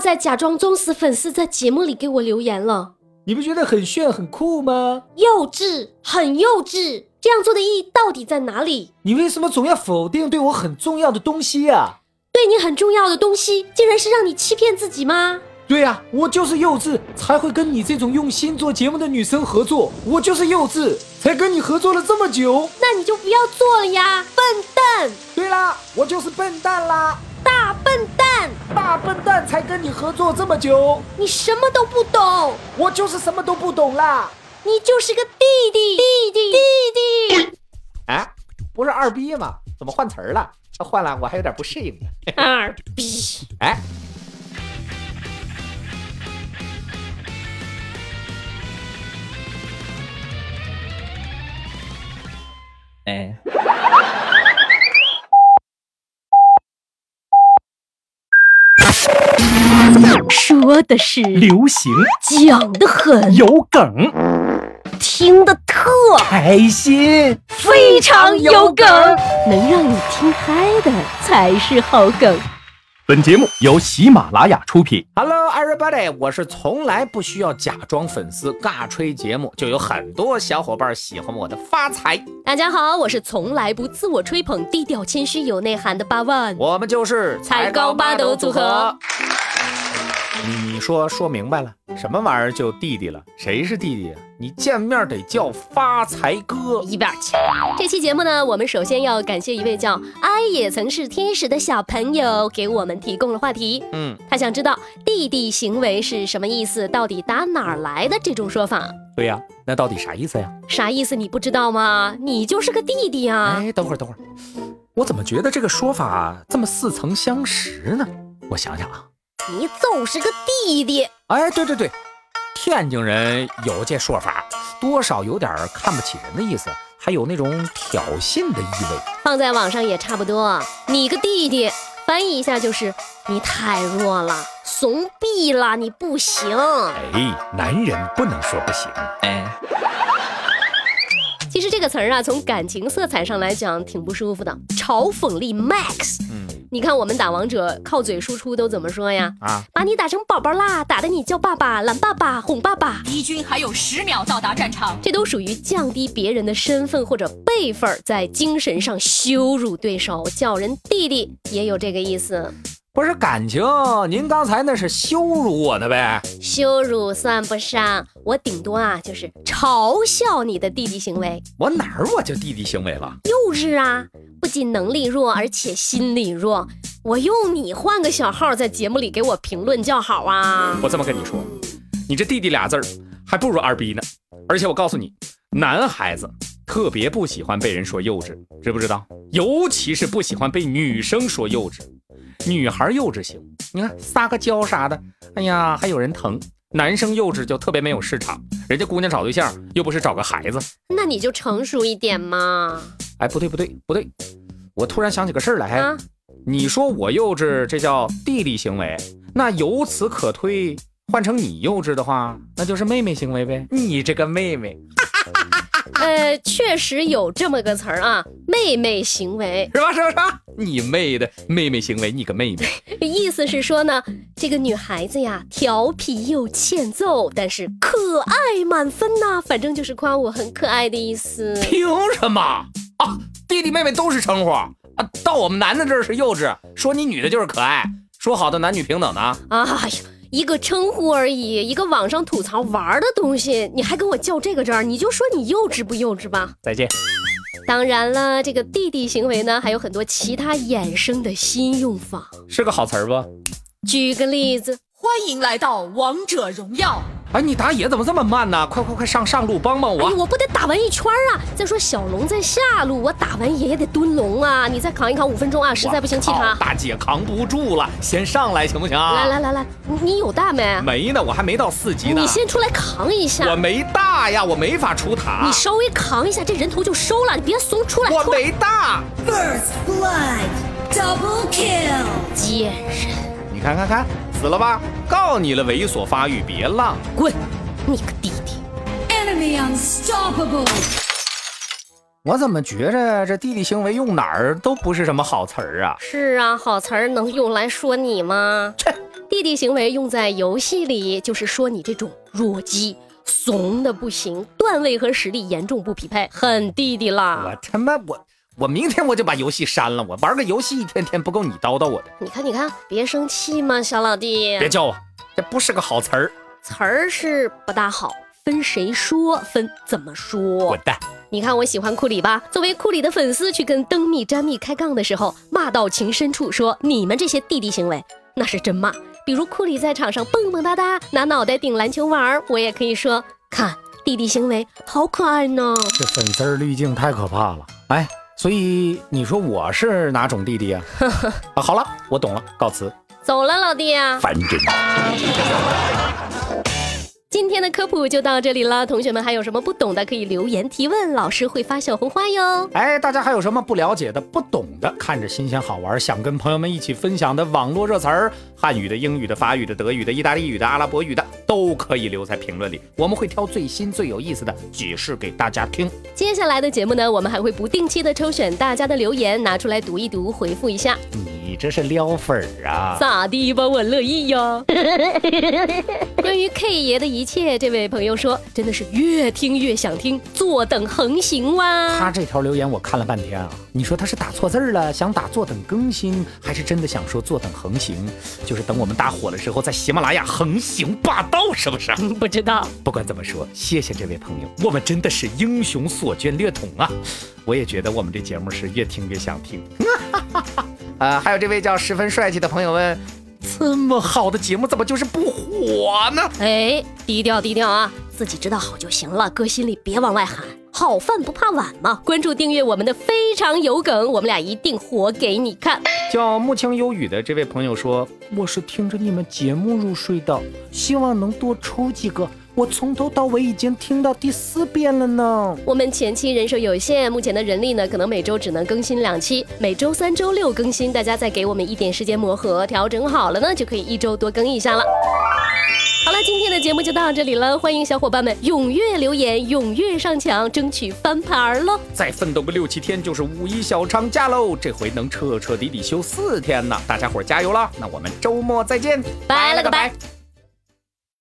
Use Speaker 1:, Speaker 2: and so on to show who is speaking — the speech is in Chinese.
Speaker 1: 再假装忠实粉丝在节目里给我留言了，
Speaker 2: 你不觉得很炫很酷吗？
Speaker 1: 幼稚，很幼稚，这样做的意义到底在哪里？
Speaker 2: 你为什么总要否定对我很重要的东西呀、
Speaker 1: 对你很重要的东西，竟然是让你欺骗自己吗？
Speaker 2: 对呀、我就是幼稚，才会跟你这种用心做节目的女生合作。我就是幼稚，才跟你合作了这么久。
Speaker 1: 那你就不要做了呀，笨蛋，
Speaker 2: 对啦，我就是笨蛋啦，
Speaker 1: 大笨蛋，
Speaker 2: 大笨蛋才跟你合作这么久，
Speaker 1: 你什么都不懂，
Speaker 2: 我就是什么都不懂啦。
Speaker 1: 你就是个弟弟，弟弟，弟弟。
Speaker 2: 啊，不是二逼吗？怎么换词儿了？啊换了，我还有点不适应呢。
Speaker 1: 二逼。
Speaker 2: 哎，
Speaker 3: 哎，
Speaker 1: 说的是，
Speaker 3: 流行
Speaker 1: 讲的很，
Speaker 3: 有梗，
Speaker 1: 听的特
Speaker 3: 开心。
Speaker 1: 非常有梗，能让你听嗨的才是好梗。
Speaker 3: 本节目由喜马拉雅出品。
Speaker 2: Hello everybody，我是从来不需要假装粉丝尬吹节目，就有很多小伙伴喜欢我的发财。
Speaker 1: 大家好，我是从来不自我吹捧、低调谦虚、有内涵的八万。
Speaker 2: 我们就是
Speaker 1: 才高八斗组合。
Speaker 2: 你你说说明白了，什么玩意儿就弟弟了？谁是弟弟啊？你见面得叫发财哥。
Speaker 1: 一边儿去！这期节目呢，我们首先要感谢一位叫“爱也曾是天使”的小朋友给我们提供了话题。
Speaker 2: 嗯，
Speaker 1: 他想知道“弟弟行为”是什么意思，到底打哪儿来的这种说法？
Speaker 2: 对呀、那到底啥意思呀？
Speaker 1: 啥意思你不知道吗？你就是个弟弟啊！
Speaker 2: 哎，等会儿等会儿，我怎么觉得这个说法这么似曾相识呢？我想想啊，
Speaker 1: 你就是个弟弟。
Speaker 2: 哎，对对对，天津人有这说法，多少有点儿看不起人的意思，还有那种挑衅的意味。
Speaker 1: 放在网上也差不多。你个弟弟，翻译一下就是你太弱了，怂逼了，你不行。
Speaker 2: 哎，男人不能说不行。
Speaker 3: 哎，
Speaker 1: 其实这个词儿啊，从感情色彩上来讲挺不舒服的，嘲讽力 max。
Speaker 2: 嗯
Speaker 1: 你看我们打王者靠嘴输出都怎么说呀？
Speaker 2: 啊，
Speaker 1: 把你打成宝宝啦，打得你叫爸爸、懒爸爸、哄爸爸，
Speaker 4: 敌军还有十秒到达战场。
Speaker 1: 这都属于降低别人的身份或者辈分儿，在精神上羞辱对手，叫人弟弟也有这个意思。
Speaker 2: 不是感情，您刚才那是羞辱我呢呗？
Speaker 1: 羞辱算不上，我顶多啊就是嘲笑你的弟弟行为，
Speaker 2: 我哪儿我就弟弟行为了？
Speaker 1: 幼稚啊！不仅能力弱，而且心理弱。我用你换个小号在节目里给我评论叫好啊！
Speaker 2: 我这么跟你说，你这弟弟俩字儿还不如二逼呢。而且我告诉你，男孩子特别不喜欢被人说幼稚，知不知道？尤其是不喜欢被女生说幼稚，女孩幼稚行，你看撒个娇啥的，哎呀还有人疼。男生幼稚就特别没有市场，人家姑娘找对象又不是找个孩子。
Speaker 1: 那你就成熟一点嘛！
Speaker 2: 哎，不对不对不对，我突然想起个事儿来，哎，
Speaker 1: 啊，
Speaker 2: 你说我幼稚，这叫弟弟行为。那由此可推，换成你幼稚的话，那就是妹妹行为呗。你这个妹妹，
Speaker 1: 呃，确实有这么个词儿啊，妹妹行为，
Speaker 2: 是吧？是吧？是吧？你妹的妹妹行为，你个妹妹！
Speaker 1: 意思是说呢，这个女孩子呀，调皮又欠揍，但是可爱满分呐、反正就是夸我很可爱的意思。
Speaker 2: 凭什么啊？弟弟妹妹都是称呼啊，到我们男的这儿是幼稚，说你女的就是可爱，说好的男女平等呢？
Speaker 1: 哎呀，一个称呼而已，一个网上吐槽玩儿的东西，你还跟我较这个真儿，你就说你幼稚不幼稚吧？
Speaker 2: 再见。
Speaker 1: 当然了，这个弟弟行为呢，还有很多其他衍生的新用法。
Speaker 2: 是个好词儿不？
Speaker 1: 举个例子，
Speaker 4: 欢迎来到王者荣耀。
Speaker 2: 哎，你打野怎么这么慢呢？快快快上上路帮帮
Speaker 1: 哎
Speaker 2: 我！
Speaker 1: 呦，我不得打完一圈儿啊！再说小龙在下路，我打完也也得蹲龙啊！你再扛一扛五分钟啊，实在不行弃
Speaker 2: 我
Speaker 1: 他
Speaker 2: 靠。大姐扛不住了，先上来行不行啊？
Speaker 1: 来来来来，你你有大没？
Speaker 2: 没呢，我还没到四级呢。
Speaker 1: 你先出来扛一
Speaker 2: 我
Speaker 1: 下，
Speaker 2: 没大呀，我没法出塔。
Speaker 1: 你稍微扛一下，这人头就收了，你别怂，出来
Speaker 2: 我
Speaker 1: 出来！
Speaker 2: 没大。
Speaker 4: First blood, double kill。
Speaker 1: 贱人，
Speaker 2: 你看看看，死了吧？告你了，猥琐发育，别浪。
Speaker 1: 滚！你个弟弟！
Speaker 4: Enemy unstoppable。
Speaker 2: 我怎么觉着这弟弟行为用哪儿都不是什么好词儿啊？
Speaker 1: 是啊，好词儿能用来说你吗？
Speaker 5: 弟弟行为用在游戏里，就是说你这种弱鸡、怂的不行，段位和实力严重不匹配，很弟弟
Speaker 2: 我
Speaker 5: 啦。
Speaker 2: 他妈我我明天我就把游戏删了，我玩个游戏一天天不够你叨叨我的，
Speaker 5: 你看，你看，别生气嘛，小老弟。
Speaker 2: 别叫我，这不是个好词儿，
Speaker 5: 词儿是不大好，分谁说，分怎么说
Speaker 2: 滚。蛋！
Speaker 5: 你看我喜欢库里吧？作为库里的粉丝，去跟灯蜜、詹蜜开杠的时候，骂到情深处说，你们这些弟弟行为那是真骂。比如库里在场上蹦蹦哒哒，拿脑袋顶篮球碗儿，我也可以说，看弟弟行为好可爱呢。
Speaker 2: 这粉丝儿滤镜太可怕了，哎，所以你说我是哪种弟弟啊？啊，好了，我懂了，告辞。
Speaker 5: 走了，老弟啊。
Speaker 2: 烦人。
Speaker 5: 今天的科普就到这里了，同学们还有什么不懂的可以留言提问，老师会发小红花哟。
Speaker 2: 哎，大家还有什么不了解的、不懂的，看着新鲜好玩，想跟朋友们一起分享的网络热词儿，汉语的、英语的、法语的、德语的、意大利语的、阿拉伯语的，都可以留在评论里，我们会挑最新、最有意思的解释给大家听。
Speaker 5: 接下来的节目呢，我们还会不定期的抽选大家的留言，拿出来读一读，回复一下，
Speaker 2: 你这是撩粉儿啊？
Speaker 5: 咋地吧，我乐 意呀。关于 K 爷的一切，这位朋友说，真的是越听越想听，坐等横行哇、
Speaker 2: 他这条留言我看了半天啊，你说他是打错字儿了，想打坐等更新，还是真的想说坐等横行？就是等我们打火的时候，在喜马拉雅横行霸道，是不是？
Speaker 5: 嗯不知道，
Speaker 2: 不管怎么说，谢谢这位朋友，我们真的是英雄所见略同啊！我也觉得我们这节目是越听越想听。 啊，还有这位叫十分帅气的朋友问：这么好的节目怎么就是不火呢？
Speaker 5: 哎，低调低调啊，自己知道好就行了，搁心里别往外喊。好饭不怕晚嘛，关注订阅我们的非常有梗，我们俩一定火给你看。
Speaker 2: 叫木青忧雨的这位朋友说：我是听着你们节目入睡的，希望能多抽几个。我从头到尾已经听到第四遍了呢。
Speaker 5: 我们前期人手有限，目前的人力呢，可能每周只能更新两期，每周三、周六更新，大家再给我们一点时间磨合，调整好了呢，就可以一周多更一下了。好了，今天的节目就到这里了，欢迎小伙伴们踊跃留言，踊跃上墙，争取翻盘儿喽！
Speaker 2: 再奋斗个六七天就是五一小长假喽，这回能彻彻底底休四天呢，大家伙儿加油啦！那我们周末再见，
Speaker 5: 拜了个拜。